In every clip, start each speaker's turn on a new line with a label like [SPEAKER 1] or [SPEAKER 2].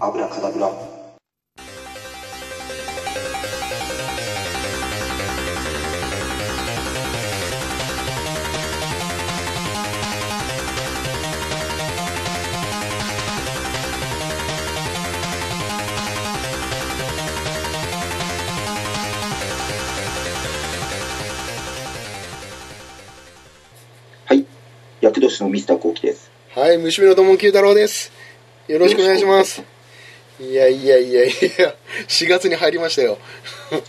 [SPEAKER 1] アブラカダブラはい厄年のミスターコウキです
[SPEAKER 2] はい、虫目のどもん九太郎です。よろしくお願いします。 いやいやいやいや、4月に入りましたよ。
[SPEAKER 1] やっ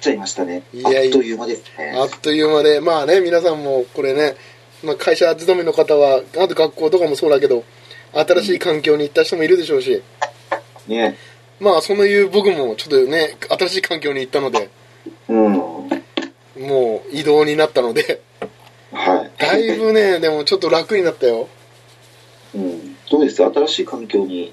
[SPEAKER 1] ちゃいましたね
[SPEAKER 2] いや
[SPEAKER 1] あ
[SPEAKER 2] いや
[SPEAKER 1] っという間ですね
[SPEAKER 2] あっという間で、まあね、皆さんもこれね、まあ、会社勤めの方は、あと学校とかもそうだけど、新しい環境に行った人もいるでしょうし、
[SPEAKER 1] ね
[SPEAKER 2] まあ、そういう僕もちょっとね、新しい環境に行ったので、
[SPEAKER 1] うん
[SPEAKER 2] もう移動になったので、
[SPEAKER 1] はい
[SPEAKER 2] だいぶね、でもちょっと楽になったよ。
[SPEAKER 1] うん、どうです新しい環境に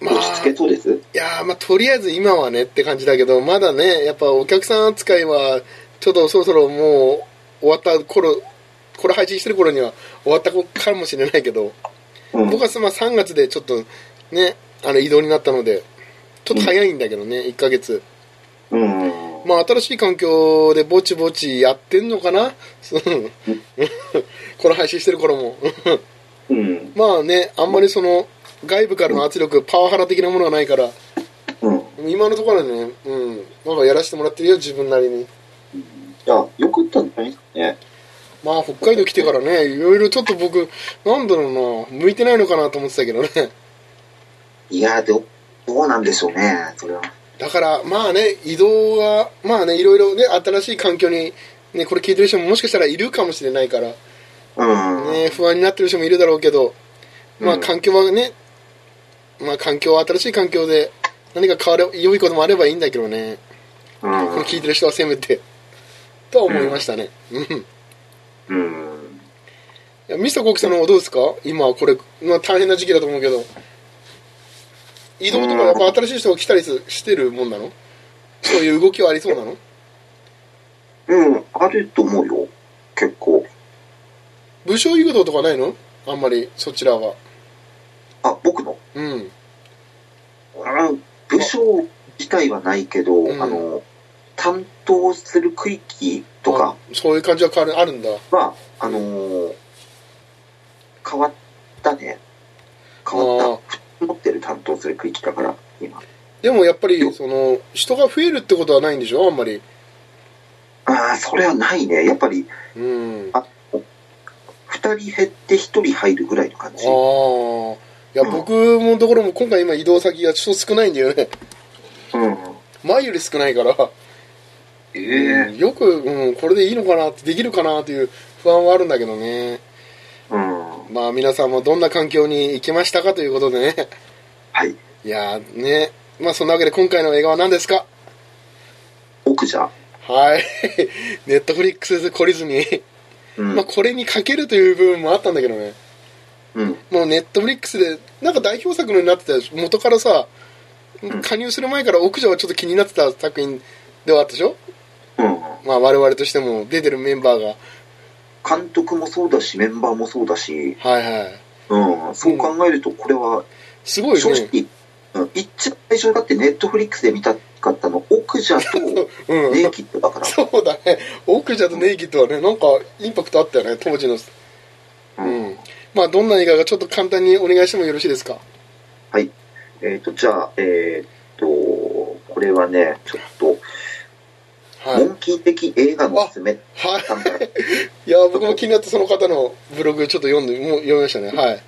[SPEAKER 2] まあ
[SPEAKER 1] 落ち着けそうです、
[SPEAKER 2] いやーまあとりあえず今はねって感じだけどまだねやっぱお客さん扱いはちょっとそろそろもう終わった頃これ配信してる頃には終わったかもしれないけど
[SPEAKER 1] うん、
[SPEAKER 2] 僕はまあ3月でちょっとねあの移動になったのでちょっと早いんだけどね1ヶ月
[SPEAKER 1] うん
[SPEAKER 2] まあ新しい環境でぼちぼちやってんのかな そうこれ配信してる頃も
[SPEAKER 1] うん
[SPEAKER 2] まあねあんまりその外部からの圧力パワハラ的なものはないから
[SPEAKER 1] うんい
[SPEAKER 2] 今のところはね、うん、なんかやらせてもらってるよ、自分なりに。
[SPEAKER 1] やよかったんじゃないですかね
[SPEAKER 2] まあ、北海道来てからね、いろいろちょっと僕、なんだろうな、向いてないのかなと思ってたけどね。
[SPEAKER 1] いやどどうなんでしょうねそれは
[SPEAKER 2] だから、まあね、移動が、まあね、いろいろね、新しい環境に、ね、これ聞いてる人ももしかしたらいるかもしれないから、
[SPEAKER 1] うん、
[SPEAKER 2] ね、不安になってる人もいるだろうけど、ま
[SPEAKER 1] う
[SPEAKER 2] あ、
[SPEAKER 1] ん
[SPEAKER 2] 環境はね、まあ、環境は新しい環境で、何か変われ、良いこともあればいいんだけどね、
[SPEAKER 1] う
[SPEAKER 2] これ
[SPEAKER 1] ん
[SPEAKER 2] 聞いてる人はせめて、とは思いましたね。うん
[SPEAKER 1] うん、
[SPEAKER 2] いやミスターコウキさんの方どうですか今これ、まあ、大変な時期だと思うけど移動とかやっぱ新しい人が来たりすしてるもんなのそういう動きはありそうなの
[SPEAKER 1] うん、あると思うよ結構
[SPEAKER 2] 武将誘導とかないのあんまりそちらは
[SPEAKER 1] あ僕の
[SPEAKER 2] うん
[SPEAKER 1] うん部署自体はないけど、
[SPEAKER 2] うん
[SPEAKER 1] あの担当する区域とか
[SPEAKER 2] あそういう感じは変わるあるんだ
[SPEAKER 1] は、あのー変わったね。変わ
[SPEAKER 2] あ
[SPEAKER 1] った。持ってる担当する区域だから、今。
[SPEAKER 2] でもやっぱりその人が増えるってことはないんでしょあんまり
[SPEAKER 1] ああ、それはないね。やっぱり、
[SPEAKER 2] うんあ
[SPEAKER 1] あ二人減って一人入るぐらいの感
[SPEAKER 2] あ
[SPEAKER 1] じ。
[SPEAKER 2] ーいや僕のところも今回今移動先がちょっと少ないんだよね
[SPEAKER 1] うん。
[SPEAKER 2] 前より少ないから
[SPEAKER 1] え
[SPEAKER 2] う
[SPEAKER 1] え
[SPEAKER 2] んよく、うん、これでいいのかなってできるかなという不安はあるんだけどね
[SPEAKER 1] うん。
[SPEAKER 2] まあ皆さんもどんな環境に行きましたかということでね
[SPEAKER 1] はい。
[SPEAKER 2] いやーねまあそんなわけで今回の映画は何ですか
[SPEAKER 1] 奥じゃ。
[SPEAKER 2] はい ネットフリックスで懲りずに
[SPEAKER 1] うん。
[SPEAKER 2] まあこれにかけるという部分もあったんだけどね
[SPEAKER 1] うん。
[SPEAKER 2] もうネットフリックスでなんか代表作のようになってたでしょ元からさ
[SPEAKER 1] ん
[SPEAKER 2] 加入する前から奥女はちょっと気になってた作品ではあったでしょ
[SPEAKER 1] うん。
[SPEAKER 2] まあ我々としても出てるメンバーが
[SPEAKER 1] 監督もそうだし、メンバーもそうだし、
[SPEAKER 2] はいはい
[SPEAKER 1] うん。そう考えると、これは、
[SPEAKER 2] すごい
[SPEAKER 1] 正
[SPEAKER 2] ね
[SPEAKER 1] 直、うん、一番最初だってネットフリックスで見たかったの、奥じゃと、
[SPEAKER 2] うん
[SPEAKER 1] ネイキッドだから。
[SPEAKER 2] そうだね、オクジャとネイキッドはね、なんかインパクトあったよね、当時の。うん。まあ、どんな映画がちょっと簡単にお願いしてもよろしいですか。
[SPEAKER 1] はい。えっ、と、じゃあ、えっ、と、これはね、ちょっと、
[SPEAKER 2] はい。
[SPEAKER 1] モンキー的映画のおすすめ
[SPEAKER 2] はい。
[SPEAKER 1] さん から、
[SPEAKER 2] いや、僕も気になってその方のブログちょっと読んで、もう読みましたね。はい。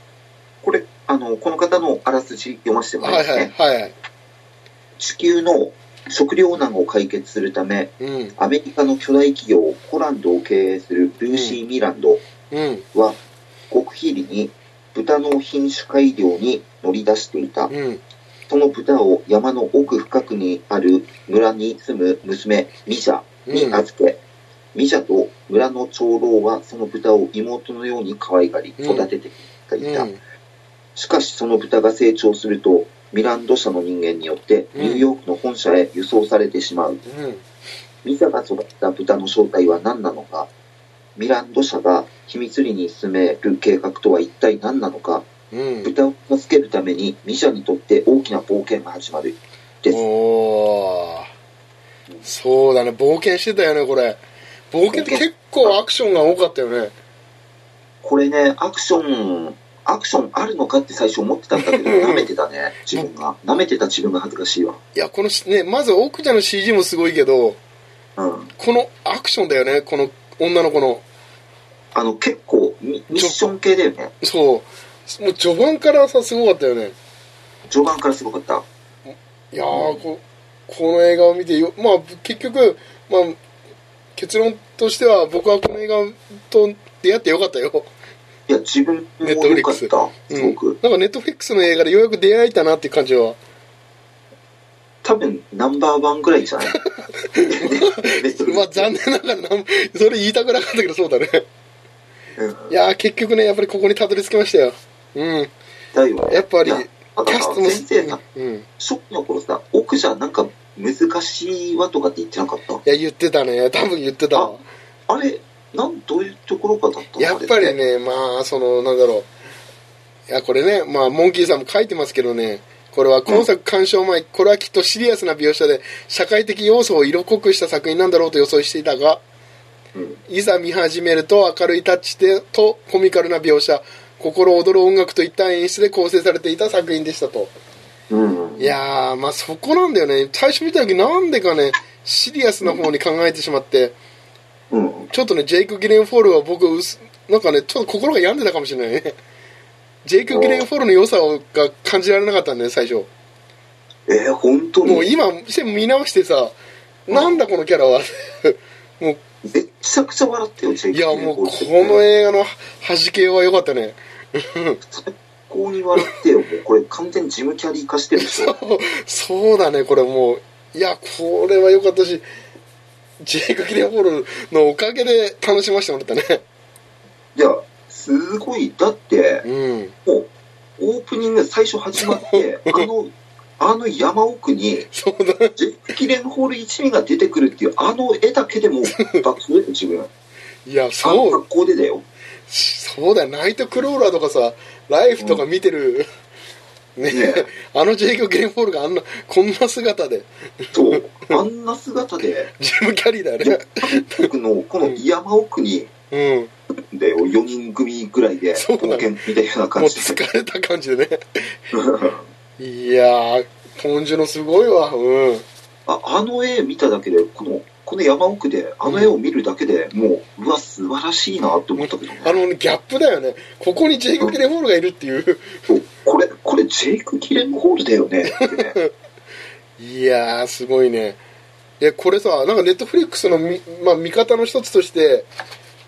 [SPEAKER 1] これ、あの、この方のあらすじ読ませてもらい
[SPEAKER 2] は
[SPEAKER 1] ま
[SPEAKER 2] い
[SPEAKER 1] すね。
[SPEAKER 2] はいはい。
[SPEAKER 1] 地球の食糧難を解決するため、
[SPEAKER 2] うん。
[SPEAKER 1] アメリカの巨大企業、コランドを経営するルーシー・ミランド
[SPEAKER 2] うん。
[SPEAKER 1] は、極秘裏に豚の品種改良に乗り出していた。
[SPEAKER 2] うん。
[SPEAKER 1] その豚を山の奥深くにある村に住む娘、ミジャに預け、ミジャと村の長老はその豚を妹のように可愛がり
[SPEAKER 2] うん
[SPEAKER 1] 育てていた。
[SPEAKER 2] うん。
[SPEAKER 1] しかしその豚が成長すると、ミランド社の人間によって
[SPEAKER 2] うん
[SPEAKER 1] ニューヨークの本社へ輸送されてしまう。
[SPEAKER 2] うん。
[SPEAKER 1] ミジャが育った豚の正体は何なのかミランド社が秘密裏に進める計画とは一体何なのか
[SPEAKER 2] うん。
[SPEAKER 1] 豚を助けるためにミシャにとって大きな冒険が始まる。です
[SPEAKER 2] おー。そうだね、冒険してたよね、これ。冒険って結構アクションが多かったよね。
[SPEAKER 1] これね、アクション、アクションあるのかって最初思ってたんだけど、舐めてたね、自分が。舐めてた自分が恥ずかしいわ。
[SPEAKER 2] いや、このしね、まず奥ちゃんの CG もすごいけど、
[SPEAKER 1] うん。
[SPEAKER 2] このアクションだよね、この女の子の。
[SPEAKER 1] あの、結構、ミミッション系だよね。
[SPEAKER 2] そう。もう序盤からさ、すごかったよね。
[SPEAKER 1] 序盤からすごかった。
[SPEAKER 2] いやーこ、この映画を見てよ、まあ、結局、まあ、結論としては、僕はこの映画と出会ってよかったよ。
[SPEAKER 1] いや、自分も良かった、すごく。
[SPEAKER 2] なんかネットフリックスの映画でようやく出会えたなっていう感じは。
[SPEAKER 1] 多分、ナンバーワンぐらいじ ゃない
[SPEAKER 2] まあ残念ながらなん、それ言いたくなかったけど、そうだね。
[SPEAKER 1] うん
[SPEAKER 2] いやー、結局ね、やっぱりここにたどり着きましたよ。うん。
[SPEAKER 1] だよ。
[SPEAKER 2] やっぱり
[SPEAKER 1] いや、だ
[SPEAKER 2] キ
[SPEAKER 1] か
[SPEAKER 2] ャ
[SPEAKER 1] ら
[SPEAKER 2] ストも
[SPEAKER 1] 先生さ、
[SPEAKER 2] うん。
[SPEAKER 1] 初期の頃さ、奥じゃなんか難しいわとかって言ってなかっ
[SPEAKER 2] いや、言ってたね。多分言ってたわ。
[SPEAKER 1] たあれ、なん、どういうところかだったの
[SPEAKER 2] やっぱり
[SPEAKER 1] あれて
[SPEAKER 2] ね、まあ、その、なんだろう。いや、これね、まあ、モンキーさんも書いてますけどね、これは今作鑑賞前、これはきっとシリアスな描写で、社会的要素を色濃くした作品なんだろうと予想していたが、
[SPEAKER 1] うん
[SPEAKER 2] いざ見始めると明るいタッチで、とコミカルな描写、心躍る音楽といった演出で構成されていた作品でしたと。
[SPEAKER 1] うん。
[SPEAKER 2] いやー、まあそこなんだよね。最初見た時なんでかね、シリアスな方に考えてしまって、
[SPEAKER 1] うん。
[SPEAKER 2] ちょっとね、ジェイク・ギレンフォールは僕、うすなんかね、ちょっと心が病んでたかもしれないね。 ジェイク・ギレンフォールの良さをが感じられなかったんだよ、最初。
[SPEAKER 1] えー、本当
[SPEAKER 2] もう
[SPEAKER 1] に。
[SPEAKER 2] 今、して見直してさ、なんだこのキャラは。も
[SPEAKER 1] めっちゃくちゃ笑ってよ、ジェ
[SPEAKER 2] う、
[SPEAKER 1] イ
[SPEAKER 2] い
[SPEAKER 1] ク
[SPEAKER 2] や、
[SPEAKER 1] ね
[SPEAKER 2] もうこ
[SPEAKER 1] これ
[SPEAKER 2] の映画の弾けは良かったね。
[SPEAKER 1] 最高に笑ってよ、もうこれ完全にジムキャリー化してるでしょ。
[SPEAKER 2] そうだね、これもう。いや、これは良かったし、ジェイク・ギレンフォールのおかげで楽しませてもらったね。
[SPEAKER 1] いや、すごい、だって、
[SPEAKER 2] うん。
[SPEAKER 1] もう、オープニング最初始ま って、あの、あの山奥に、
[SPEAKER 2] そうだね。
[SPEAKER 1] ジェットキレンホール一味が出てくるっていう、あの絵だけでも爆笑だよ、自分。
[SPEAKER 2] いや、
[SPEAKER 1] あの
[SPEAKER 2] そう。
[SPEAKER 1] 格好でだよ。
[SPEAKER 2] そうだよ、ナイトクローラーとかさ、ライフとか見てる、ね
[SPEAKER 1] ねえ
[SPEAKER 2] あのジェイク・ゲレンフォールがあんな、 こんな姿で、
[SPEAKER 1] そう。あんな姿で、
[SPEAKER 2] ジム・キャリーだよね。
[SPEAKER 1] 僕のこの山奥に、
[SPEAKER 2] うん。
[SPEAKER 1] だよ、4人組ぐらいで
[SPEAKER 2] そうなの
[SPEAKER 1] 冒険みたいな
[SPEAKER 2] もう
[SPEAKER 1] 感じで。
[SPEAKER 2] 疲れた感じでね。いやー、ポンジュのすごいわ。うん。
[SPEAKER 1] ああの絵見ただけで、この、この山奥で、あの絵を見るだけでもう、うわ、素晴らしいなって思ったけどね。
[SPEAKER 2] あのね、ギャップだよね。ここにジェイク・ゲレンフォールがいるっていう。
[SPEAKER 1] そうこれ、これ、ジェイク・キレンホールだよ ねってね。
[SPEAKER 2] いやー、すごいね。いや、これさ、なんかネットフリックスのみ、まあ、見方の一つとして、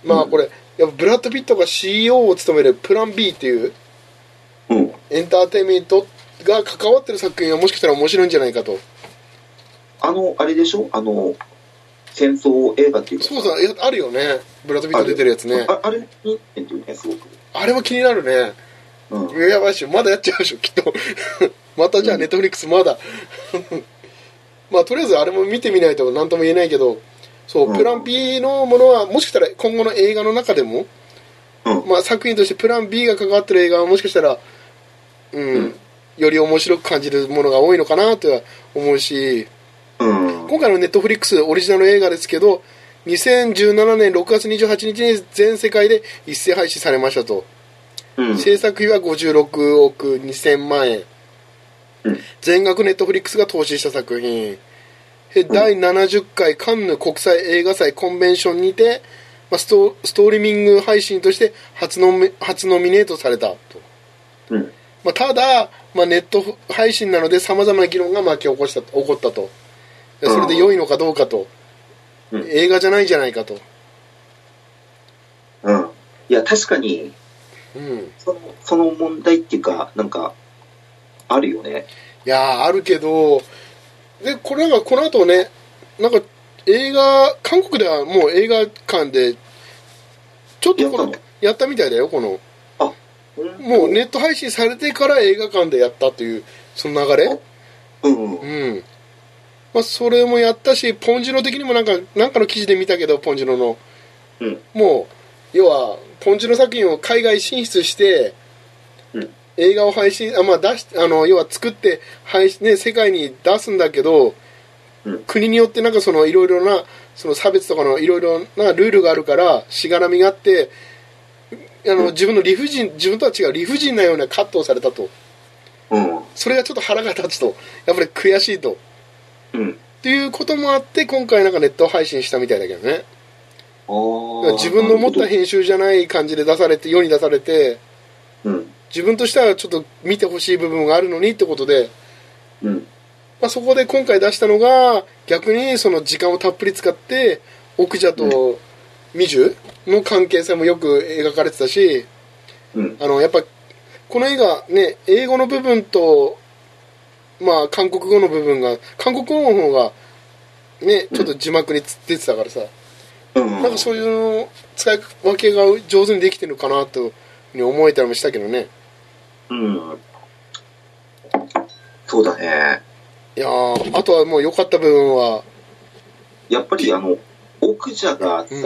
[SPEAKER 2] まあこれ、やっぱブラッド・ピットが CEO を務めるプラン B っていう、
[SPEAKER 1] うん。
[SPEAKER 2] エンターテインメントが関わってる作品はもしかしたら面白いんじゃないかと
[SPEAKER 1] あの、あれでしょあの、戦争映画っていうか
[SPEAKER 2] そうそういやあるよねブラッド・ピット出てるやつねあ
[SPEAKER 1] ああれにってるよね、すごく。
[SPEAKER 2] れも気になるね
[SPEAKER 1] うん。
[SPEAKER 2] いややばいっしょまだやっちゃうでしょきっと またじゃあ
[SPEAKER 1] うん
[SPEAKER 2] ネットフリックスまだ まあとりあえずあれも見てみないと何とも言えないけどそう、
[SPEAKER 1] うん
[SPEAKER 2] プラン B のものはもしかしたら今後の映画の中でも、
[SPEAKER 1] うん
[SPEAKER 2] まあ、作品としてプラン B が関わってる映画はもしかしたらうん、
[SPEAKER 1] うん
[SPEAKER 2] より面白く感じるものが多いのかなとは思うし
[SPEAKER 1] うん。
[SPEAKER 2] 今回のネットフリックスオリジナル映画ですけど2017年6月28日に全世界で一斉配信されましたと、
[SPEAKER 1] うん。
[SPEAKER 2] 制作費は56億2000万円、
[SPEAKER 1] うん
[SPEAKER 2] 全額ネットフリックスが投資した作品で第70回カンヌ国際映画祭コンベンションにて、まあ、ストストリーミング配信として初ノミ初ノミネートされたと、
[SPEAKER 1] うん。
[SPEAKER 2] まあ、ただ、まあ、ネット配信なのでさまざまな議論が巻き起こした起こったとでそれで良いのかどうかと、
[SPEAKER 1] うん
[SPEAKER 2] 映画じゃないじゃないかと、
[SPEAKER 1] うん。いや、確かに、
[SPEAKER 2] うん、い
[SPEAKER 1] その、その問題っていうか、なんか、あるよね。
[SPEAKER 2] やーあるけどでこれなんかこの後ねなんか映画韓国ではもう映画館でちょっとこ
[SPEAKER 1] やっ
[SPEAKER 2] の
[SPEAKER 1] たの
[SPEAKER 2] やったみたいだよこの
[SPEAKER 1] うん
[SPEAKER 2] もう。ネット配信されてから映画館でやったというその流れ
[SPEAKER 1] うん。うん。
[SPEAKER 2] うんまあ、それもやったしポンジュノ的にもなんかなんかの記事で見たけどポンジュノの、
[SPEAKER 1] うん
[SPEAKER 2] もう要はポンジュノ作品を海外進出して、
[SPEAKER 1] うん
[SPEAKER 2] 映画を配信あ、まあ、出しあの要は作って配信、ね、世界に出すんだけど、
[SPEAKER 1] うん
[SPEAKER 2] 国によってなんかそのいろいろなその差別とかのいろいろなルールがあるからしがらみがあってあの自分の理不尽自分とは違う理不尽なようなカットをされたと
[SPEAKER 1] うん。
[SPEAKER 2] それがちょっと腹が立つとやっぱり悔しいと。
[SPEAKER 1] うん。
[SPEAKER 2] っていうこともあって今回なんかネット配信したみたいだけどね
[SPEAKER 1] あー
[SPEAKER 2] 自分の思った編集じゃない感じで出されて世に出されて
[SPEAKER 1] うん。
[SPEAKER 2] 自分としてはちょっと見てほしい部分があるのにってことで、
[SPEAKER 1] うん。
[SPEAKER 2] まあ、そこで今回出したのが逆にその時間をたっぷり使って奥者とミジュの関係性もよく描かれてたし
[SPEAKER 1] うん。
[SPEAKER 2] あのやっぱこの映画ね英語の部分とまあ韓国語の部分が韓国語の方がねちょっと字幕につ出てたからさ
[SPEAKER 1] うん。
[SPEAKER 2] なんかそういうの使い分けが上手にできてるのかなというふうに思えたりもしたけどね
[SPEAKER 1] うん。そうだね。
[SPEAKER 2] いやーあとはもう良かった部分は
[SPEAKER 1] やっぱりあの、奥者がさ、
[SPEAKER 2] うん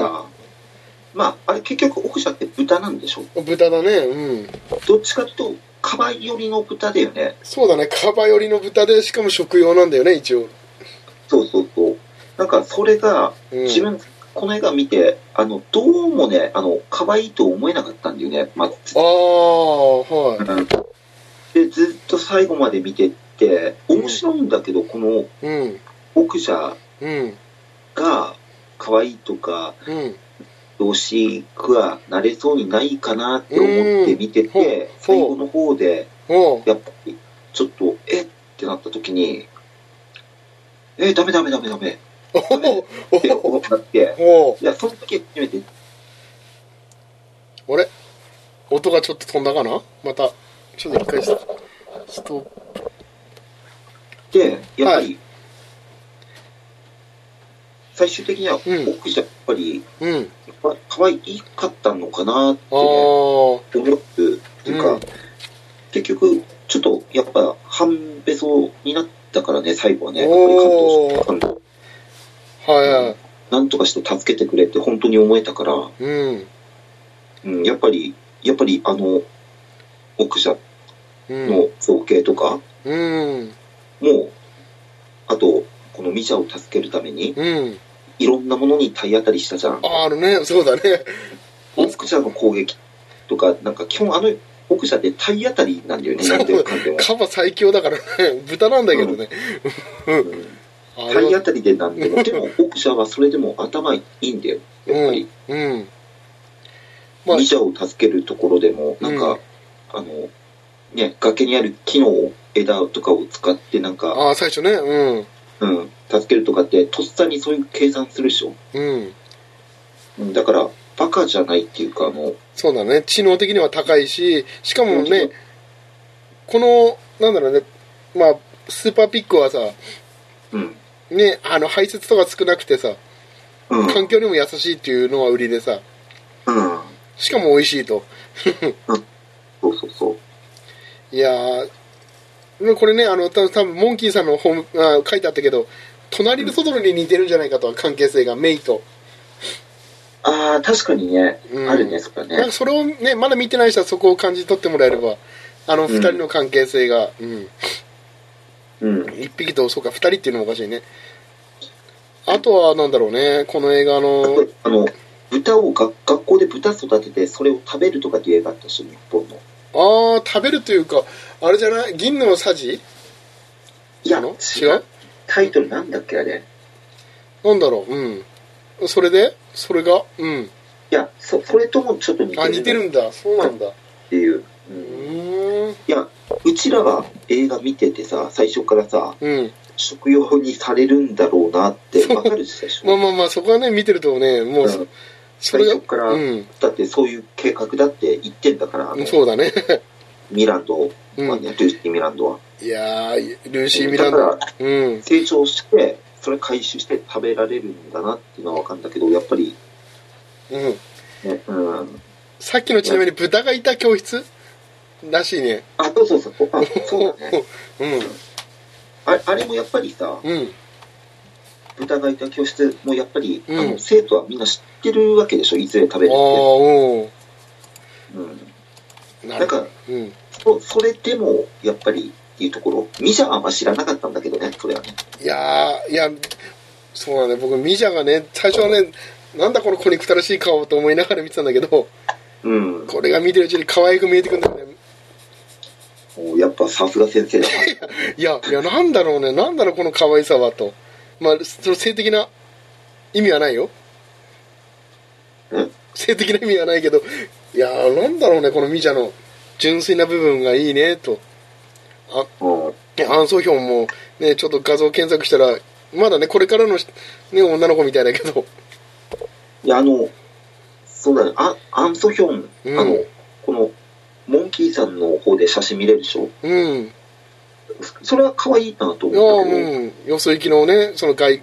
[SPEAKER 1] まあ、あれ結局奥者って豚なんでしょ
[SPEAKER 2] 豚だねうん
[SPEAKER 1] どっちかっていうと、カバイ寄りの豚だよね。
[SPEAKER 2] そうだねカバ寄りの豚でしかも食用なんだよね一応、
[SPEAKER 1] そうそうそう。なんかそれが、
[SPEAKER 2] うん、
[SPEAKER 1] 自分、この映画見て、あの、どうもね、あの、可愛いと思えなかったんだよね、まず。
[SPEAKER 2] ああはい
[SPEAKER 1] うんで、ずっと最後まで見てって、面白いんだけど、この
[SPEAKER 2] うん
[SPEAKER 1] 奥者
[SPEAKER 2] うん
[SPEAKER 1] が可愛いとか、
[SPEAKER 2] うん
[SPEAKER 1] どうしくはなれそうにないかなって思って見て
[SPEAKER 2] うん
[SPEAKER 1] て、最後の方で、
[SPEAKER 2] おう
[SPEAKER 1] やっぱり、ちょっと、えってなった時に、えダメダメダメダメっ
[SPEAKER 2] おうお
[SPEAKER 1] て
[SPEAKER 2] う
[SPEAKER 1] 思 って、
[SPEAKER 2] おう
[SPEAKER 1] いや、その時初めて、
[SPEAKER 2] 俺音がちょっと飛んだかなまたちょっと一回したストップ
[SPEAKER 1] で、やっぱ
[SPEAKER 2] は
[SPEAKER 1] り、最終的には
[SPEAKER 2] うん
[SPEAKER 1] 僕じゃやっぱり、
[SPEAKER 2] うん
[SPEAKER 1] か可愛いかったのかなって
[SPEAKER 2] ああ
[SPEAKER 1] ね思うっていうか、
[SPEAKER 2] うん
[SPEAKER 1] 結局、ちょっとやっぱ半べそになったからね、最後はね、やっぱり感動
[SPEAKER 2] おー
[SPEAKER 1] した感動。
[SPEAKER 2] はいはい
[SPEAKER 1] なんとかして助けてくれって本当に思えたから、
[SPEAKER 2] うん
[SPEAKER 1] うん、やっぱり、やっぱりあの、奥者
[SPEAKER 2] うん
[SPEAKER 1] の造形とか、
[SPEAKER 2] うん
[SPEAKER 1] もう、あと、このミジャを助けるために、
[SPEAKER 2] うん
[SPEAKER 1] いろんなものに体当たりしたじゃん。
[SPEAKER 2] ああるねそうだね
[SPEAKER 1] 奥者の攻撃とか、なんか基本あの奥者って体当たりなんだよね、
[SPEAKER 2] そう
[SPEAKER 1] なんていうかんでも。
[SPEAKER 2] カバ最強だからね 豚なんだけどね、
[SPEAKER 1] うん
[SPEAKER 2] あれ
[SPEAKER 1] 体当
[SPEAKER 2] は
[SPEAKER 1] たりでなんでも。でも奥者はそれでも頭いいんだよ、やっぱり。
[SPEAKER 2] うんまあ
[SPEAKER 1] 二者を助けるところでも、なんか、あの、ね、崖にある木の枝とかを使って、なんか、
[SPEAKER 2] ああ最初ねうん
[SPEAKER 1] うん、助けるとかって、とっさにそういう計算するでしょ。
[SPEAKER 2] うん
[SPEAKER 1] うんだから、バカじゃないっていうか、もう、
[SPEAKER 2] そうだね知能的には高いししかもねこのなんだろうねまあスーパーピックはさ
[SPEAKER 1] うん、
[SPEAKER 2] ねあの排泄とか少なくてさ
[SPEAKER 1] うん、
[SPEAKER 2] 環境にも優しいっていうのは売りでさ
[SPEAKER 1] うん、
[SPEAKER 2] しかも美味しいと
[SPEAKER 1] そうそうそう。
[SPEAKER 2] いやーねこれねあのた多分モンキーさんのホームあ書いてあったけど隣のトトロに似てるんじゃないかと関係性がメイと
[SPEAKER 1] ああ、確かにね、
[SPEAKER 2] うん
[SPEAKER 1] あるね、それは
[SPEAKER 2] なん
[SPEAKER 1] ね
[SPEAKER 2] か。それをねまだ見てない人はそこを感じ取ってもらえればあの
[SPEAKER 1] ん
[SPEAKER 2] 2人の関係性が、うん
[SPEAKER 1] うん。
[SPEAKER 2] 1匹とそうか2人っていうのもおかしいねあとはなんだろうねこの映 画の
[SPEAKER 1] あの、豚をが学校で豚育てて、それを食べるとかっていう映画あったし、日本の。
[SPEAKER 2] ああ食べるというかあれじゃない銀のさじ
[SPEAKER 1] いや、
[SPEAKER 2] あの
[SPEAKER 1] 違
[SPEAKER 2] 違う
[SPEAKER 1] う。タイトルなんだっけ、あれ。
[SPEAKER 2] なんだろううんそれでそれがうん
[SPEAKER 1] いや、そ、それともちょっと似て
[SPEAKER 2] あ
[SPEAKER 1] る。
[SPEAKER 2] 似てるんだそうなんだ
[SPEAKER 1] っていう。う
[SPEAKER 2] うんーん
[SPEAKER 1] いや、うちらが映画見ててさ、最初からさ、
[SPEAKER 2] うん
[SPEAKER 1] 食用にされるんだろうなってわかるでしょ。
[SPEAKER 2] まあまあまあそこはね見てるとねもうそ,、
[SPEAKER 1] うん
[SPEAKER 2] それ
[SPEAKER 1] 最
[SPEAKER 2] が
[SPEAKER 1] 初から
[SPEAKER 2] うん、
[SPEAKER 1] だってそういう計画だって言ってんだから、あの
[SPEAKER 2] そうだね、
[SPEAKER 1] ミランド
[SPEAKER 2] う
[SPEAKER 1] は
[SPEAKER 2] ん、
[SPEAKER 1] ね、ルーシー・ミランドは。
[SPEAKER 2] いやールーシー・ミランダ
[SPEAKER 1] だ
[SPEAKER 2] うん
[SPEAKER 1] 成長して、それ回収して食べられるんだなっていうのはわかるんだけど、やっぱり、
[SPEAKER 2] うん
[SPEAKER 1] ね、うん。
[SPEAKER 2] さっきのちなみに豚がいた教室らしいね
[SPEAKER 1] あ、そうそうそう。あ、そう だね。
[SPEAKER 2] う
[SPEAKER 1] ああれもやっぱりさ、
[SPEAKER 2] んうん
[SPEAKER 1] 豚がいた教室もやっぱり、
[SPEAKER 2] うん
[SPEAKER 1] あの生徒はみんな知ってるわけでしょ、いずれ食べる
[SPEAKER 2] ああ
[SPEAKER 1] っ
[SPEAKER 2] おお
[SPEAKER 1] て。うん、な
[SPEAKER 2] な
[SPEAKER 1] ん
[SPEAKER 2] るほ
[SPEAKER 1] か、
[SPEAKER 2] どう
[SPEAKER 1] そ
[SPEAKER 2] ん
[SPEAKER 1] それでも、やっぱりっていうところ、ミジャはあんま知らなかったんだけどね、それはね。
[SPEAKER 2] いやーいやそうなんだよ僕ミジャがね最初はねなんだこの子憎たらしい顔と思いながら見てたんだけど
[SPEAKER 1] うん。
[SPEAKER 2] これが見てるうちに可愛く見えてくるんだよね
[SPEAKER 1] もうやっぱさすが先生だな。
[SPEAKER 2] いやいやなんだろうねなんだろうこの可愛さはとまあその性的な意味はないよ
[SPEAKER 1] うん
[SPEAKER 2] 性的な意味はないけどいやーなんだろうねこのミジャの純粋な部分がいいねと
[SPEAKER 1] うん。
[SPEAKER 2] ねアン・ソヒョンも、ね、ちょっと画像検索したらまだねこれからの、ね、女の子みたいだけど
[SPEAKER 1] いや、あの、そうだね、あアンソヒョン、
[SPEAKER 2] うん
[SPEAKER 1] あの、この、モンキーさんの方で写真見れるでしょ
[SPEAKER 2] うん
[SPEAKER 1] それは可愛いなと
[SPEAKER 2] いやー
[SPEAKER 1] 思ったけど、
[SPEAKER 2] うんよそ行きのねその外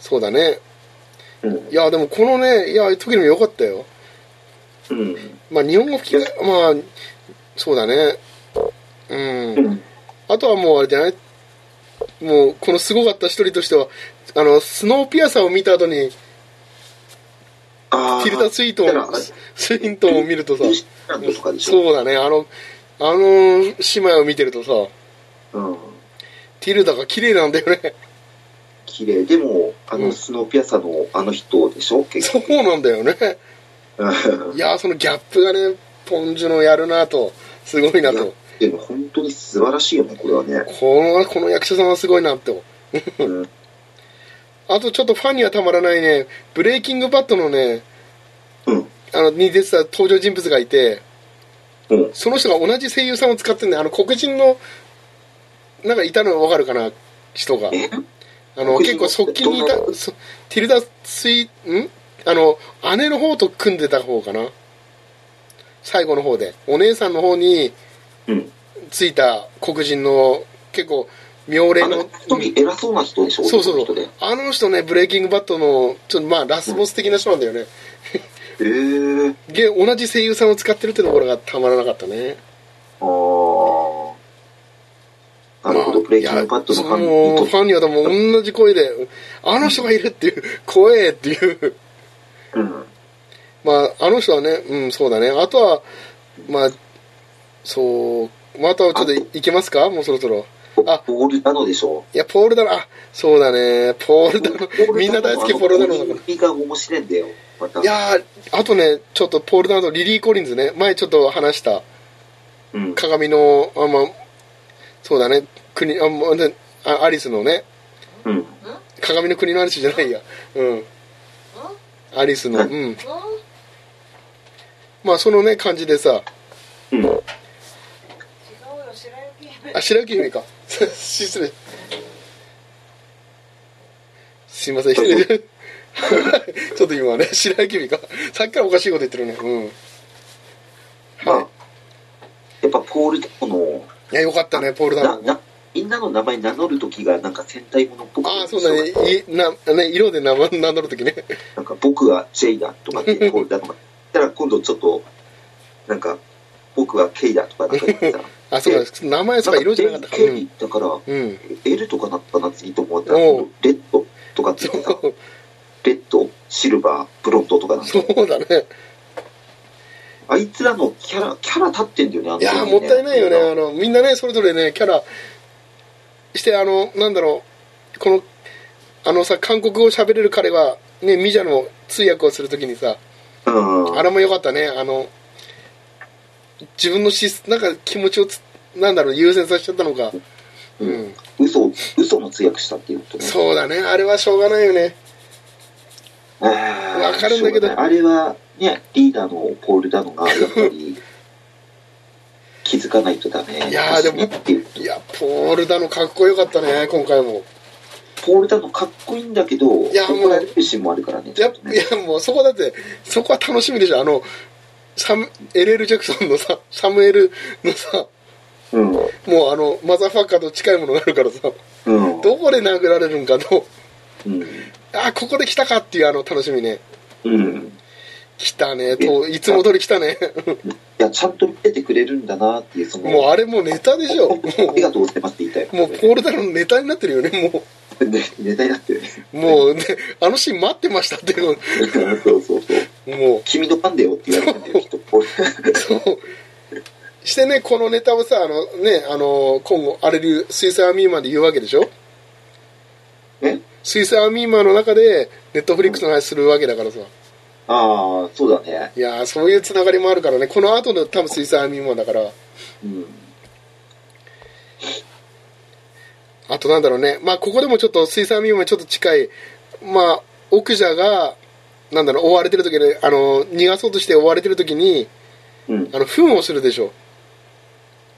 [SPEAKER 2] そうだね
[SPEAKER 1] うん
[SPEAKER 2] いやーでもこのねいやー時にも良かったよ
[SPEAKER 1] うん
[SPEAKER 2] まあ日本語吹き替えまあそうだねうん、
[SPEAKER 1] うん
[SPEAKER 2] あとはもうあれじゃないもうこのすごかった一人としてはあのスノーピアサーを見た後に
[SPEAKER 1] あー
[SPEAKER 2] ティルタ・スイート
[SPEAKER 1] だから
[SPEAKER 2] ンススイントンを見るとさ
[SPEAKER 1] ニュージーランドとかでしょ
[SPEAKER 2] そうだねあのあの姉妹を見てるとさ
[SPEAKER 1] うん
[SPEAKER 2] ティルダが綺麗なんだよ ね
[SPEAKER 1] 綺麗でもあ
[SPEAKER 2] う
[SPEAKER 1] の
[SPEAKER 2] ん
[SPEAKER 1] スノーピアサのあの人でしょ結
[SPEAKER 2] そうなんだよね
[SPEAKER 1] 構うん
[SPEAKER 2] いやーそのギャップがねポンジュのやるなとすごいなと
[SPEAKER 1] でも本当に素晴らしいよねこれはね、
[SPEAKER 2] このこの役者さんはすごいなと
[SPEAKER 1] うん、
[SPEAKER 2] あとちょっとファンにはたまらないねブレイキングバットのね
[SPEAKER 1] うん
[SPEAKER 2] あのに出てた登場人物がいて
[SPEAKER 1] うん
[SPEAKER 2] その人が同じ声優さんを使ってるんだよあの黒人のなんかいたのわかるかな人が
[SPEAKER 1] え
[SPEAKER 2] あ
[SPEAKER 1] 黒人
[SPEAKER 2] の結
[SPEAKER 1] の
[SPEAKER 2] 構側近にい
[SPEAKER 1] どん
[SPEAKER 2] た
[SPEAKER 1] な
[SPEAKER 2] そティルダ・スイんあの姉の方と組んでた方かな最後の方でお姉さんの方に
[SPEAKER 1] うん
[SPEAKER 2] ついた黒人の結構妙
[SPEAKER 1] あ
[SPEAKER 2] 齢
[SPEAKER 1] の
[SPEAKER 2] の
[SPEAKER 1] 一人偉そうな人でしょ
[SPEAKER 2] そうそう
[SPEAKER 1] 男の人
[SPEAKER 2] そう
[SPEAKER 1] でへ
[SPEAKER 2] あの人ねブレイキングバットのちょっとまあラスボス的な人なんだよね、
[SPEAKER 1] えー、
[SPEAKER 2] で同じ声優さんを使ってるってところがたまらなかったね
[SPEAKER 1] あーなるほど、
[SPEAKER 2] まあ
[SPEAKER 1] ブレイキングパッドのファン
[SPEAKER 2] い
[SPEAKER 1] に
[SPEAKER 2] やもう
[SPEAKER 1] とっ
[SPEAKER 2] ファンにはもう同じ声であの人がいるっていう怖えっていう
[SPEAKER 1] うん
[SPEAKER 2] まああの人はねうんそうだねあとはまあそうまたちょっといけますかもうそろそろあ
[SPEAKER 1] ボールなのでしょ
[SPEAKER 2] いやポールだなあそうだねポールだなみんな大好きポールだな
[SPEAKER 1] のリが面白いんだよまた
[SPEAKER 2] いやーあとねちょっとポールダウンとリリー・コリンズね前ちょっと話した
[SPEAKER 1] うん
[SPEAKER 2] 鏡のあまあそうだね国あまあねあアリスのね
[SPEAKER 1] うん
[SPEAKER 2] 鏡の国のアリスじゃないやうんアリスのうんまあそのね感じでさ
[SPEAKER 1] うん
[SPEAKER 2] あ白雪姫か 失礼すいません失礼 ちょっと今はね白雪姫かさっきからおかしいこと言ってるねうん
[SPEAKER 1] まあ
[SPEAKER 2] はい
[SPEAKER 1] やっぱポールこの
[SPEAKER 2] いやよかったねポールダウン
[SPEAKER 1] ななみんなの名前名乗る時がなんか戦隊ものっぽく
[SPEAKER 2] ああそうだねいなね色で名前名乗るときね
[SPEAKER 1] なんか僕はジェイだとか ってポールだとかだから今度ちょっとなんか僕はケイだとかなんか言ってた
[SPEAKER 2] あ そうなんです名前とか色じゃなかったから
[SPEAKER 1] ケ
[SPEAKER 2] う
[SPEAKER 1] イ
[SPEAKER 2] ん、
[SPEAKER 1] だから
[SPEAKER 2] うん、
[SPEAKER 1] L とかなったな次と思ったら
[SPEAKER 2] おう
[SPEAKER 1] レッドとかって
[SPEAKER 2] そ
[SPEAKER 1] 言ってた
[SPEAKER 2] う
[SPEAKER 1] レッドシルバーブロンドとかなんか
[SPEAKER 2] そうだね
[SPEAKER 1] あいつらのキャラキャラ立ってんだよねあの
[SPEAKER 2] いやーもったいないよねあのみんなねそれぞれねキャラしてあのなんだろうこのあのさ韓国語喋れる彼がねミジャの通訳をするときにさ
[SPEAKER 1] うん
[SPEAKER 2] あれもよかったねあの自分のしなんか気持ちをつなんだろう優先させちゃったのか
[SPEAKER 1] うん
[SPEAKER 2] うん
[SPEAKER 1] 嘘を嘘の通訳したっていうことね
[SPEAKER 2] そうだねあれはしょうがないよね
[SPEAKER 1] わ
[SPEAKER 2] わかるんだけど
[SPEAKER 1] あれはねリーダーのポールダノがやっぱり 気づかないとダメ
[SPEAKER 2] いやーでも
[SPEAKER 1] 私にっていう
[SPEAKER 2] いやポールダのかっこよかったね今回も
[SPEAKER 1] ポールダノかっこいいんだけど
[SPEAKER 2] いやもう
[SPEAKER 1] 怒られるシーンもあるからね
[SPEAKER 2] い
[SPEAKER 1] ちょ
[SPEAKER 2] や
[SPEAKER 1] っとね
[SPEAKER 2] いやもうそこだってそこは楽しみでしょあのサムエレル・ジャクソンのさサムエルのさ
[SPEAKER 1] うん
[SPEAKER 2] もうあのマザーファッカーと近いものがあるからさ
[SPEAKER 1] うん
[SPEAKER 2] どこで殴られるんかと
[SPEAKER 1] うん
[SPEAKER 2] あここで来たかっていうあの楽しみね
[SPEAKER 1] うん
[SPEAKER 2] 来たねといつも通り来たね
[SPEAKER 1] いやちゃんと見ててくれるんだなっていうその
[SPEAKER 2] もうあれもうネタでしょも
[SPEAKER 1] ありがとうございますって言いたいう
[SPEAKER 2] もうポールダのネタになってるよねも
[SPEAKER 1] ねネタになってるね
[SPEAKER 2] うもうねあのシーン待ってましたっていう
[SPEAKER 1] そうそうそう
[SPEAKER 2] もう
[SPEAKER 1] 君の番だよって言われるんだよきっとポール
[SPEAKER 2] そうしてねこのネタをさあのねあの今後あれ流水彩アミーマンで言うわけでしょ
[SPEAKER 1] え
[SPEAKER 2] 水彩アミーマンの中でネットフリックスの話するわけだからさ
[SPEAKER 1] ああ、そうだね。
[SPEAKER 2] いやーそういうつながりもあるからねこの後の多分水彩アミーマンだから
[SPEAKER 1] うん。
[SPEAKER 2] あとなんだろうね、まあ、ここでもちょっと水産民もちょっと近い、まあ、奥者が、なんだろう、追われてる時に、あの、逃がそうとして追われてる時に、
[SPEAKER 1] うん。
[SPEAKER 2] あの、糞をするでしょ。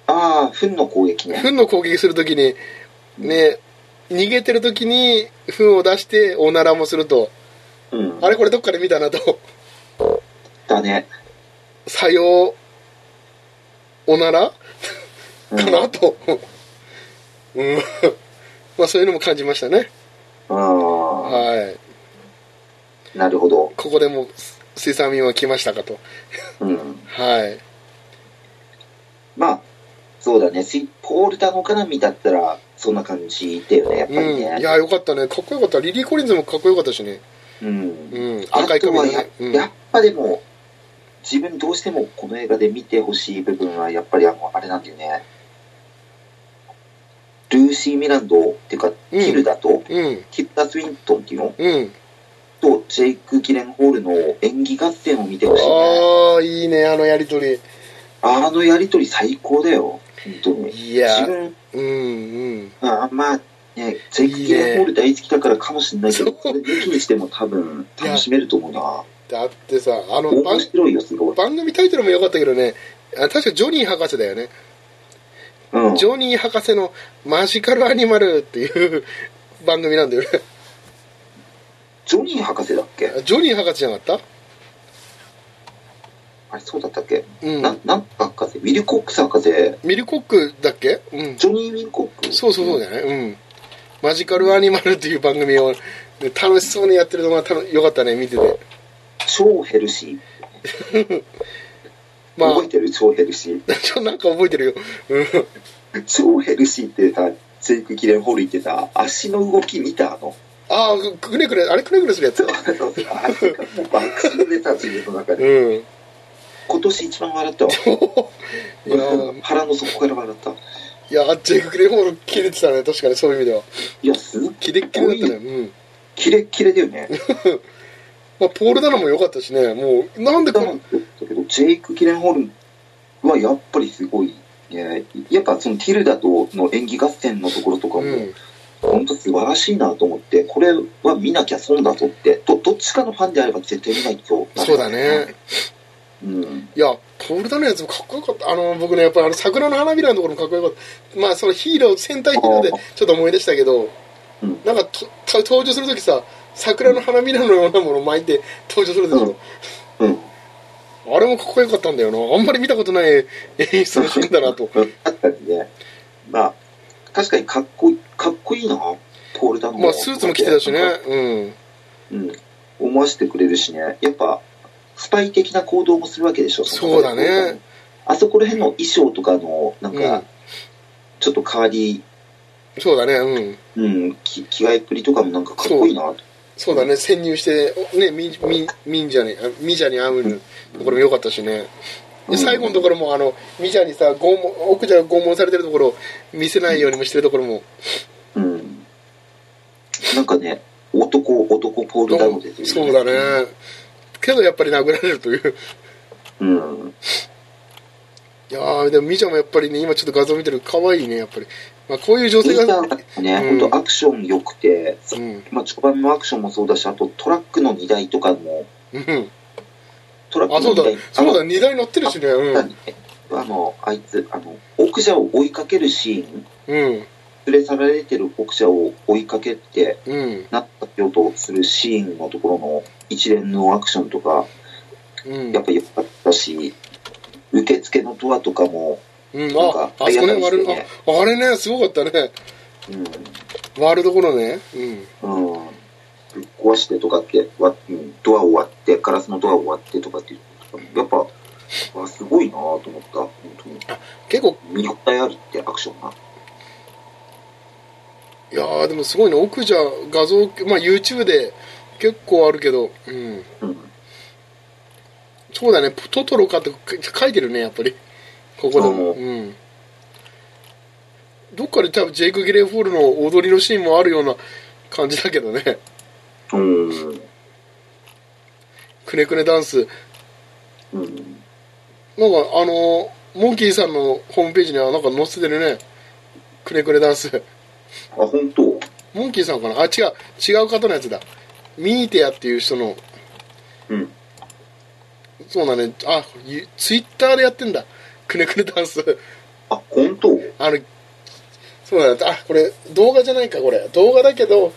[SPEAKER 1] ああ、糞の攻撃ね。
[SPEAKER 2] 糞の攻撃する時に、ね、逃げてる時に、糞を出して、おならもすると。
[SPEAKER 1] うん
[SPEAKER 2] あ。れこれどっかで見たなと。
[SPEAKER 1] だね。
[SPEAKER 2] さよう、おなら
[SPEAKER 1] う
[SPEAKER 2] かなと。うん。まあ、そういうのも感じましたね。
[SPEAKER 1] ん。あ
[SPEAKER 2] はい。
[SPEAKER 1] あ、なるほど。
[SPEAKER 2] ここでも、水産民は来ましたかと。
[SPEAKER 1] うん。
[SPEAKER 2] はい。
[SPEAKER 1] まあ、そうだね。しポールダの絡みだったら、そんな感じだよね、やっぱり
[SPEAKER 2] うん、い
[SPEAKER 1] ね。
[SPEAKER 2] やよかったねかっこよかったリリー・コリンズもかっこよかったしね、
[SPEAKER 1] うん。
[SPEAKER 2] うん、
[SPEAKER 1] あ
[SPEAKER 2] 赤い
[SPEAKER 1] と
[SPEAKER 2] 髪の
[SPEAKER 1] はや
[SPEAKER 2] ね、,、うん、
[SPEAKER 1] やっぱでも、自分どうしてもこの映画で見てほしい部分は、やっぱりあの、あれなんだよね。ルーシー・ミランドっていうか、キルダと、
[SPEAKER 2] うん
[SPEAKER 1] キルダ・スウィントンっていうの
[SPEAKER 2] うん
[SPEAKER 1] と、ジェイク・ギレンホールの演技合戦を見てほしいね。
[SPEAKER 2] ああいいねあのやりとり
[SPEAKER 1] あのやりとり最高だよ。本当に。
[SPEAKER 2] い
[SPEAKER 1] 自
[SPEAKER 2] や
[SPEAKER 1] 分、
[SPEAKER 2] うんうん
[SPEAKER 1] あまあ、ね、ジェイク・ギレンホール大好きだからかもしれないけど、これ抜きにしても多分楽しめると思うな。
[SPEAKER 2] だってさあの番
[SPEAKER 1] 面白いよ、すごい。
[SPEAKER 2] 番組タイトルもよかったけどねあ確かジョニー博士だよね、
[SPEAKER 1] うん
[SPEAKER 2] ジ。ョニー博士のマジカルアニマルっていう 番組なんだよね
[SPEAKER 1] ジョニー博士だっけ
[SPEAKER 2] ジョニー博士じゃなかっ
[SPEAKER 1] あれ、そうだったっけ、
[SPEAKER 2] たうん
[SPEAKER 1] ななんか博士ウィル・コックス博士、ジ
[SPEAKER 2] ミルコックだっけうん
[SPEAKER 1] ョニー・ウィル・コック
[SPEAKER 2] そうそうそうじゃない、うん、マジカルアニマルっていう番組を、ね、楽しそうにやってるのがたのよかったね見てて
[SPEAKER 1] 超ヘルシー。
[SPEAKER 2] まあ
[SPEAKER 1] 覚えてる超ヘルシ
[SPEAKER 2] ちょなんか覚えてるよ、うん、
[SPEAKER 1] ー。超ヘルシーってさ、ジェイク・ギレンホール言ってさ、足の動き見たあの。
[SPEAKER 2] ああくくねくねあれくねくねするやつ
[SPEAKER 1] あのあれがもう爆笑でさ、自分の中
[SPEAKER 2] う
[SPEAKER 1] で。
[SPEAKER 2] んい
[SPEAKER 1] 今年一番笑 ったわ。
[SPEAKER 2] やー
[SPEAKER 1] 腹の底から笑った。い
[SPEAKER 2] いやージェイク・グレイホール切れてたね確かにそういう意味では
[SPEAKER 1] や、すっ
[SPEAKER 2] キレッキレだったねうん
[SPEAKER 1] キレッキレだよね。
[SPEAKER 2] まあ、ポール・ダナも良かったしねもうなんで
[SPEAKER 1] だ
[SPEAKER 2] こ
[SPEAKER 1] か
[SPEAKER 2] の
[SPEAKER 1] だけど、ジェイク・ギレンホールはやっぱりすごい、ね。やっぱそのティルダとの演技合戦のところとかも、
[SPEAKER 2] うん
[SPEAKER 1] 本当素晴らしいなと思って、これは見なきゃ損だぞって、どどっちかのファンであれば絶対見ないと。
[SPEAKER 2] そうだね。
[SPEAKER 1] うん。
[SPEAKER 2] いやポール・ダナのやつもかっこよかったあの僕ねやっぱりあの桜の花びらのところもかっこよかったまあそのヒーロー戦隊ヒーローでちょっと思い出したけど
[SPEAKER 1] うん
[SPEAKER 2] なんかとた登場するときさ桜の花びらのようなものを巻いて登場するでしょ、
[SPEAKER 1] うん。
[SPEAKER 2] あれもかっこよかったんだよなあんまり見たことない演出をしてんだなと
[SPEAKER 1] うんあったりね。まあ、確かにかっこいい、かっこいいな、ポールダン
[SPEAKER 2] まあスーツも着てたしね。うん
[SPEAKER 1] うん。思わせてくれるしね。やっぱ、スパイ的な行動もするわけでしょ、の
[SPEAKER 2] そうだね。
[SPEAKER 1] あそこら辺の衣装とかの、なん
[SPEAKER 2] う
[SPEAKER 1] か
[SPEAKER 2] ん、
[SPEAKER 1] ちょっと変わり、
[SPEAKER 2] そうだねうん
[SPEAKER 1] うん、き着替えっぷりとかもなんかかっこいいなと。
[SPEAKER 2] そうだね潜入してねみみみんじゃにあみじゃに会うところもよかったしね
[SPEAKER 1] うん
[SPEAKER 2] で最後のところもあのみじゃにさ拷問奥じゃ拷問されてるところを見せないようにもしてるところも
[SPEAKER 1] うん。なんかね、男、男ポールダウンです
[SPEAKER 2] そうだ。ねけどやっぱり殴られるという
[SPEAKER 1] うん。
[SPEAKER 2] いやーでもみーちゃんもやっぱりね今ちょっと画像見てる可愛いねやっぱり、まあ、こういう女
[SPEAKER 1] ミ
[SPEAKER 2] 性
[SPEAKER 1] ータ
[SPEAKER 2] が
[SPEAKER 1] ーがね、
[SPEAKER 2] うん
[SPEAKER 1] 本当アクション良くて、
[SPEAKER 2] うん
[SPEAKER 1] まあ、序盤のアクションもそうだし、あとトラックの荷台とかも、
[SPEAKER 2] うん
[SPEAKER 1] トラッ
[SPEAKER 2] あ
[SPEAKER 1] ク
[SPEAKER 2] そ
[SPEAKER 1] の
[SPEAKER 2] う
[SPEAKER 1] 荷
[SPEAKER 2] だ
[SPEAKER 1] 台、
[SPEAKER 2] そうだ荷台乗ってるしね
[SPEAKER 1] あ
[SPEAKER 2] う
[SPEAKER 1] の
[SPEAKER 2] ん
[SPEAKER 1] あの、あいつ、あの、奥者を追いかけるシーン、
[SPEAKER 2] うん
[SPEAKER 1] 連れ去られてる奥者を追いかけて、
[SPEAKER 2] うん
[SPEAKER 1] なったようとするシーンのところの一連のアクションとか、
[SPEAKER 2] うん
[SPEAKER 1] やっぱ良かったし、受付のドアとかも、
[SPEAKER 2] うん
[SPEAKER 1] なん
[SPEAKER 2] あ
[SPEAKER 1] か
[SPEAKER 2] あそこね
[SPEAKER 1] 体
[SPEAKER 2] 割
[SPEAKER 1] 当たりし
[SPEAKER 2] る
[SPEAKER 1] てね
[SPEAKER 2] ああれねすごかったね
[SPEAKER 1] うん、
[SPEAKER 2] 割るところねうん
[SPEAKER 1] うんぶっ壊してとかって、わうんドアを割って、ガラスのドアを割ってとかっていうやっぱ、あすごいなぁと思った。本当に。
[SPEAKER 2] 結構
[SPEAKER 1] 見応えあるってアクションが。
[SPEAKER 2] いやーでもすごいね奥じゃ画像まあ YouTube で結構あるけどうん
[SPEAKER 1] うん。
[SPEAKER 2] そうだねトトロかって書いてるねやっぱりここでも、
[SPEAKER 1] あ
[SPEAKER 2] うん、どっかで多分ジェイク・ギレンフォールの踊りのシーンもあるような感じだけどね
[SPEAKER 1] うん。
[SPEAKER 2] くねくねダンス
[SPEAKER 1] うん。
[SPEAKER 2] なんかあのモンキーさんのホームページにはなんか載せてるねくねくねダンス
[SPEAKER 1] あ、本当
[SPEAKER 2] モンキーさんかなあ違う違う方のやつだミーティアっていう人の
[SPEAKER 1] うん。
[SPEAKER 2] そうだねあゆツイッターでやってんだくねくねダンス
[SPEAKER 1] あ、本当
[SPEAKER 2] あのそうだあこれ動画じゃないかこれ動画だけど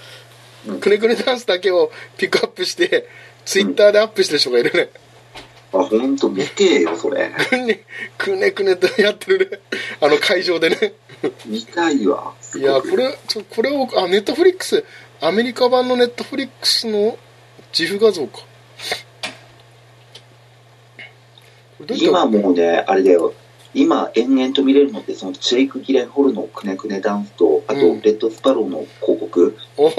[SPEAKER 1] うん
[SPEAKER 2] くねくねダンスだけをピックアップしてツイッターでアップしてる人がいるね、
[SPEAKER 1] あ、本当見てよ、それ。
[SPEAKER 2] くねくねくねとやってるねあの会場でね
[SPEAKER 1] 見たいわ。す
[SPEAKER 2] い
[SPEAKER 1] ごく
[SPEAKER 2] やこれちょこれをあネットフリックスアメリカ版のネットフリックスの自負画像かこれどうや
[SPEAKER 1] 今
[SPEAKER 2] って
[SPEAKER 1] もうね、あれだよ。今、延々と見れるのって、その、チェイク・ギレンホルのくねくねダンスと、あと、
[SPEAKER 2] うん
[SPEAKER 1] レッド・スパローの広告。
[SPEAKER 2] おー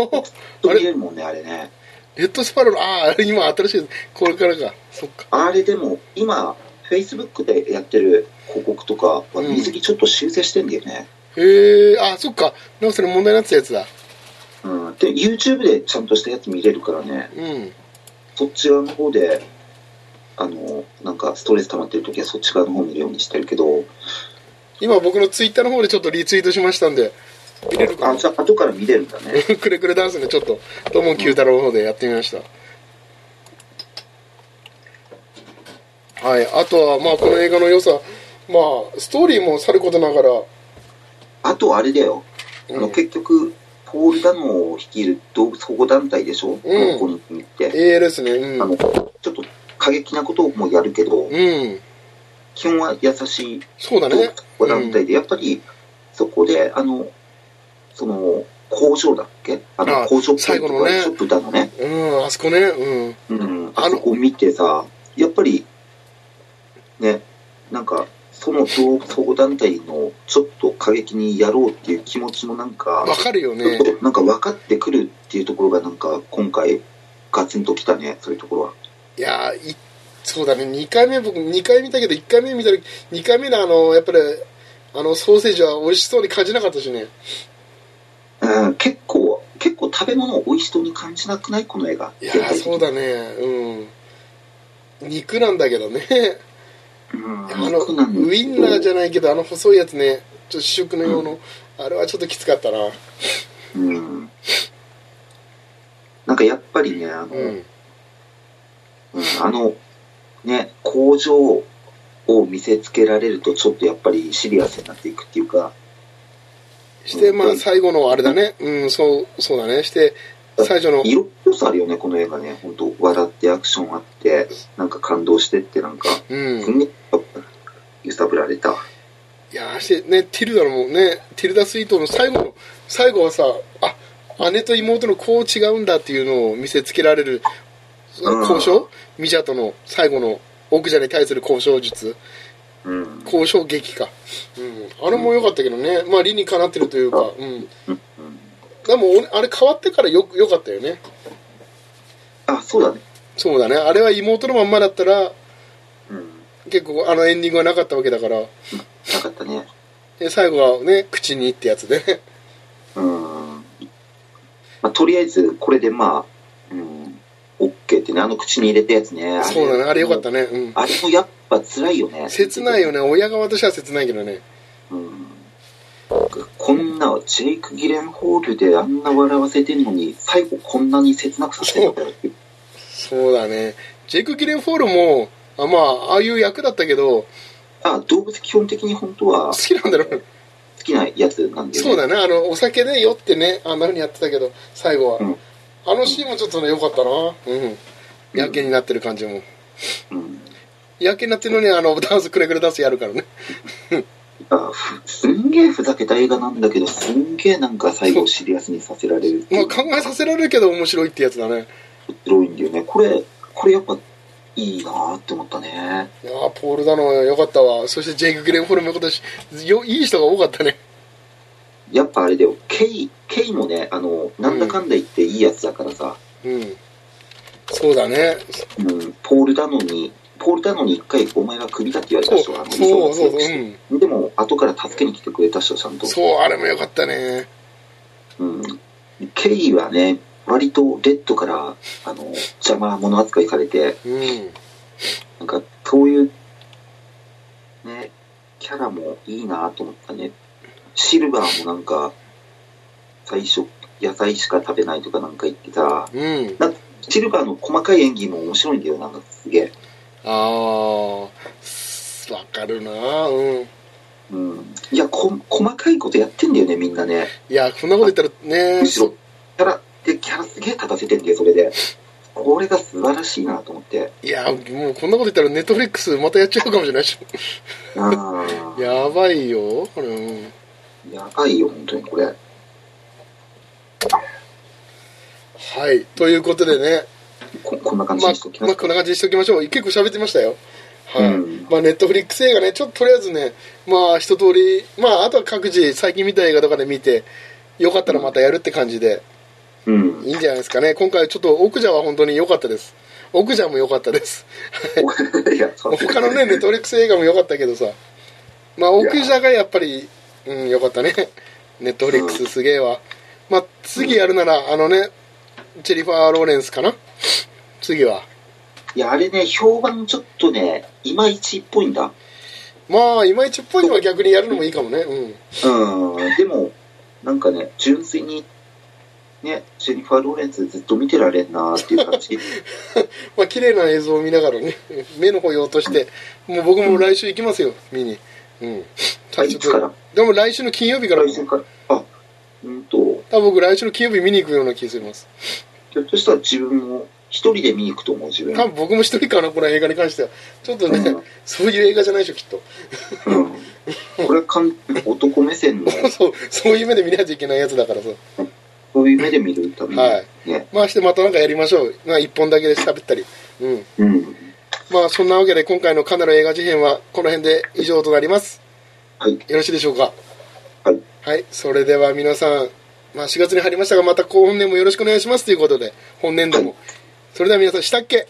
[SPEAKER 1] と
[SPEAKER 2] あれ
[SPEAKER 1] 見れるもんね、あれね。
[SPEAKER 2] レッドスパローの あああれ今新しいこれからかそっか
[SPEAKER 1] あれでも、今、Facebook でやってる広告とかは、
[SPEAKER 2] うん
[SPEAKER 1] 水着ちょっと修正してんだよね。
[SPEAKER 2] へえあそっかなんかそれ問題になってたやつだ
[SPEAKER 1] うん。で、YouTube でちゃんとしたやつ見れるからね、
[SPEAKER 2] うん
[SPEAKER 1] そっち側の方で、あの、なんか、ストレス溜まってる時はそっち側の方見るようにしてるけど、
[SPEAKER 2] 今僕のツイッターの方でちょっとリツイートしましたんで見れるか
[SPEAKER 1] あ、
[SPEAKER 2] な
[SPEAKER 1] じゃあ、後から見れるんだね。
[SPEAKER 2] くれくれダンスでちょっとトモン九太郎の方でやってみました、はいあとはまあこの映画の良さまあストーリーもさることながら、
[SPEAKER 1] あと、あれだよ。あ
[SPEAKER 2] う
[SPEAKER 1] の
[SPEAKER 2] ん
[SPEAKER 1] 結局、ポール・ダノを率いる動物保護団体でしょ、こ
[SPEAKER 2] うん
[SPEAKER 1] こに行って、
[SPEAKER 2] ALS ね
[SPEAKER 1] あのちょっと過激なこともやるけど、
[SPEAKER 2] うん、うん、
[SPEAKER 1] 基本は優しい
[SPEAKER 2] そうだ
[SPEAKER 1] 動物
[SPEAKER 2] ね
[SPEAKER 1] 保護団体で、やっぱりそこで、あのその工場だっけ、あ
[SPEAKER 2] あ
[SPEAKER 1] の工場っぽ
[SPEAKER 2] 最
[SPEAKER 1] い
[SPEAKER 2] 後
[SPEAKER 1] と
[SPEAKER 2] の
[SPEAKER 1] こ
[SPEAKER 2] ね
[SPEAKER 1] ろちょっとだのね、
[SPEAKER 2] うんあそこねうん
[SPEAKER 1] うん、
[SPEAKER 2] あの
[SPEAKER 1] あそこ見てさ、やっぱりね、なんか、その動物保護団体のちょっと過激にやろうっていう気持ちもなんか、
[SPEAKER 2] わかるよね
[SPEAKER 1] なんか分かってくるっていうところがなんか今回ガツンときたねそういうところはい
[SPEAKER 2] やーいそうだね2回目僕2回見たけど1回目見た時2回目のあのやっぱりあのソーセージは美味しそうに感じなかったしね
[SPEAKER 1] うん結構結構食べ物を美味しそうに感じなくないこの映画
[SPEAKER 2] いや
[SPEAKER 1] 全体
[SPEAKER 2] ー
[SPEAKER 1] 的に
[SPEAKER 2] そうだねうん肉なんだけ どね
[SPEAKER 1] うん
[SPEAKER 2] あの
[SPEAKER 1] 楽なんだけど
[SPEAKER 2] ウインナーじゃないけどあの細いやつねちょっと主食の用の、あれはちょっときつかったな
[SPEAKER 1] うんなんかやっぱりねあの,、
[SPEAKER 2] う
[SPEAKER 1] うん
[SPEAKER 2] ん
[SPEAKER 1] あのね工場を見せつけられるとちょっとやっぱりシリアスになっていくっていうか
[SPEAKER 2] してま
[SPEAKER 1] う
[SPEAKER 2] あ
[SPEAKER 1] ん
[SPEAKER 2] 最後のあれだねうんそうそうだねして最初の
[SPEAKER 1] 色っぽさあるよねこの映画ね本当笑ってアクションあってなんか感動してってなんか
[SPEAKER 2] うん
[SPEAKER 1] すんごい揺さぶられた。
[SPEAKER 2] いやーしてねティルダもねティルダスイートの最後の最後はさあ姉と妹のこう違うんだっていうのを見せつけられる
[SPEAKER 1] うん
[SPEAKER 2] 交渉ミジャとの最後の奥者に対する交渉術
[SPEAKER 1] うん。
[SPEAKER 2] 交渉劇か、うん、あれも良かったけどね、まあ理にかなってるというか、うん、でも俺あれ変わってからよ良かったよね
[SPEAKER 1] あ、そうだね。
[SPEAKER 2] そうだねあれは妹のまんまだったら
[SPEAKER 1] うん。
[SPEAKER 2] 結構あのエンディングはなかったわけだから
[SPEAKER 1] なかったね。
[SPEAKER 2] で最後はね口にってやつで ね
[SPEAKER 1] うん。まあ、とりあえず、これでまあ、うん、OK ってね、あの口に入れたやつね。
[SPEAKER 2] そうだねあれ良かった
[SPEAKER 1] ね。
[SPEAKER 2] ねうん
[SPEAKER 1] あれもやっぱ辛いよね。
[SPEAKER 2] 切ないよね親側としては切ないけどね
[SPEAKER 1] うん。こんな、ジェイク・ギレンホールであんな笑わせてんのに、最後こんなに切なくさせるんだよっていう。
[SPEAKER 2] そうだねジェイク・ギレンフォールもあまあああいう役だったけど
[SPEAKER 1] あ、動物基本的に本当は
[SPEAKER 2] 好きなんだろう
[SPEAKER 1] 好きなやつなんで、ね。
[SPEAKER 2] そうだねあのお酒で酔ってねあんなふうにやってたけど最後は、
[SPEAKER 1] うん
[SPEAKER 2] あのシーンもちょっとね良かったなうんやけになってる感じも
[SPEAKER 1] うん。
[SPEAKER 2] やけになってるのにあのダンスくれくれダンスやるからね
[SPEAKER 1] あふすんげえふざけた映画なんだけどすんげえなんか最後シリアスにさせられるってい
[SPEAKER 2] まあ
[SPEAKER 1] う
[SPEAKER 2] 考えさせられるけど面白いってやつだね
[SPEAKER 1] 白いんだよねこれこれやっぱいいなーって思ったね
[SPEAKER 2] いやーポール・ダノンよかったわそしてジェイク・ギレンフォールもよかったしよいい人が多かったね
[SPEAKER 1] やっぱあれだよケイケイもねあのなんだかんだ言っていいやつだからさ、
[SPEAKER 2] うんそうだね
[SPEAKER 1] うんポール・ダノンにポール・ダノに一回お前は首だって言われた
[SPEAKER 2] そう
[SPEAKER 1] 人
[SPEAKER 2] そ
[SPEAKER 1] が
[SPEAKER 2] うそうそう、う
[SPEAKER 1] で
[SPEAKER 2] ん、
[SPEAKER 1] でも後から助けに来てくれた人ちゃんと
[SPEAKER 2] そうあれもよかったね
[SPEAKER 1] うん、ケイはね割とレッドからあの邪魔者扱いされて
[SPEAKER 2] うん
[SPEAKER 1] なんかそういうねキャラもいいなと思ったねシルバーもなんか最初野菜しか食べないとかなんか言ってた
[SPEAKER 2] うん
[SPEAKER 1] シルバーの細かい演技も面白いんだよなんかすげえ
[SPEAKER 2] ああわかるなうん
[SPEAKER 1] うんいやこ細かいことやってんだよねみんなね
[SPEAKER 2] いやそんなこと言ったらね
[SPEAKER 1] むしろキャラでキャラすげえ立たせてんだよそれでこれが素晴らしいなと思って
[SPEAKER 2] いやもうこんなこと言ったらネットフリックスまたやっちゃうかもしれないし
[SPEAKER 1] あー
[SPEAKER 2] やばいよこれうん
[SPEAKER 1] やばいよ、本当にこれ。
[SPEAKER 2] はいということでね
[SPEAKER 1] ここんな感じ
[SPEAKER 2] まあ
[SPEAKER 1] にしとき、ま
[SPEAKER 2] ますあ、こんな感じにしておきましょう結構喋ってましたよはい、
[SPEAKER 1] うん
[SPEAKER 2] まあネットフリックス映画ねちょっととりあえずねまあ一通りまああとは各自最近見た映画とかで見てよかったらまたやるって感じで
[SPEAKER 1] うん。
[SPEAKER 2] いいんじゃないですかね今回ちょっと奥者は本当に良かったです奥者も良かったです
[SPEAKER 1] いや、そう
[SPEAKER 2] 他のねネットフリックス映画も良かったけどさまあ奥者がやっぱりうん良かったねネットフリックスすげえわまあ次やるならあのねジェリファー・ローレンスかな次はい
[SPEAKER 1] や、あれね、評判ちょっとね、いまいちっぽいんだ。
[SPEAKER 2] まあいまいちっぽいのは逆にやるのもいいかもねうん
[SPEAKER 1] うん。でも、なんかね、純粋に、ね、ジェニファー・ローレンスずっと見てられんなーっていう 感じ。
[SPEAKER 2] まあ綺麗な映像を見ながらね目の保養としてもう僕も来週行きますよ見にうん
[SPEAKER 1] あい
[SPEAKER 2] ちょっ
[SPEAKER 1] つか
[SPEAKER 2] と
[SPEAKER 1] ら
[SPEAKER 2] でも来週の金曜日から
[SPEAKER 1] 来週から。あ、うんと、
[SPEAKER 2] 多分僕来週の金曜日見に行くような気がします
[SPEAKER 1] ひょっとしたら自分も一人で見に行くと思う、自分。
[SPEAKER 2] 多分僕も一人かなこの映画に関してはちょっとね、
[SPEAKER 1] うん
[SPEAKER 2] そういう映画じゃないでしょきっと
[SPEAKER 1] うん。これかん、男目線の、
[SPEAKER 2] そうそういう目で見ないといけないやつだからさ
[SPEAKER 1] そういう目で見るために。
[SPEAKER 2] はい
[SPEAKER 1] ね。
[SPEAKER 2] まあしてまたなんかやりましょう、まあ、一本だけで喋ったりうん
[SPEAKER 1] うん。
[SPEAKER 2] まあそんなわけで今回のカナの映画事変はこの辺で以上となります
[SPEAKER 1] はい。
[SPEAKER 2] よろしいでしょうか
[SPEAKER 1] はい。
[SPEAKER 2] はい、それでは皆さん、まあ、4月に入りましたが、また後本年もよろしくお願いしますということで、本年度も。それでは皆さん、したっけ